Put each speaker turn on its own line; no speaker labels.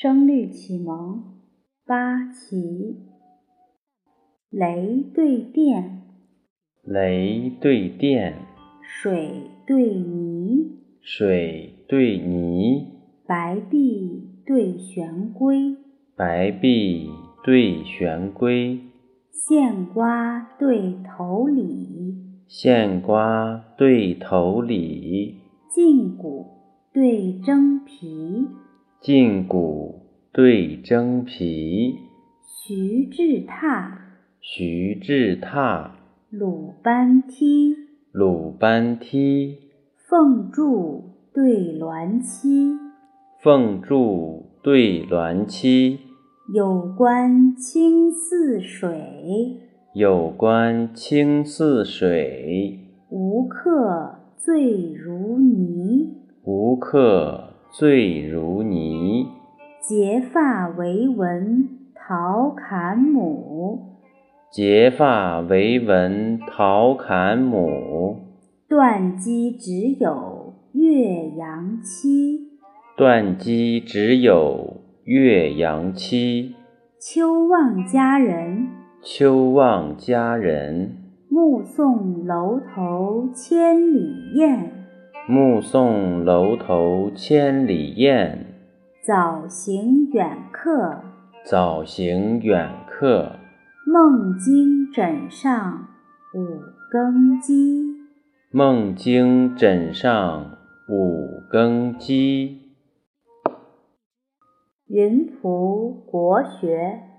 声律启蒙，八奇。雷对电，
雷对电，
水对泥，
水对泥，
白璧对玄龟，
白璧对玄龟，
线瓜对头李，
线瓜对头李，
胫骨对蒸皮，
胫骨对蒸皮，
徐志踏，
徐志踏，
鲁班梯，
鲁班梯，
凤柱对鸾栖，
凤柱对鸾栖，
有关清似水，
有关清似水，
无客醉如泥。
无客醉如泥。
结发为文陶侃母，
结发为文陶侃母，
断机只有岳阳期。
断机只有岳阳期。
秋望佳人，
秋望佳人，
目送楼头千里雁。
目送楼头千里雁。
早行远客，
早行远客，
梦惊枕上五更鸡。
梦惊枕上五更鸡。
云浦国学。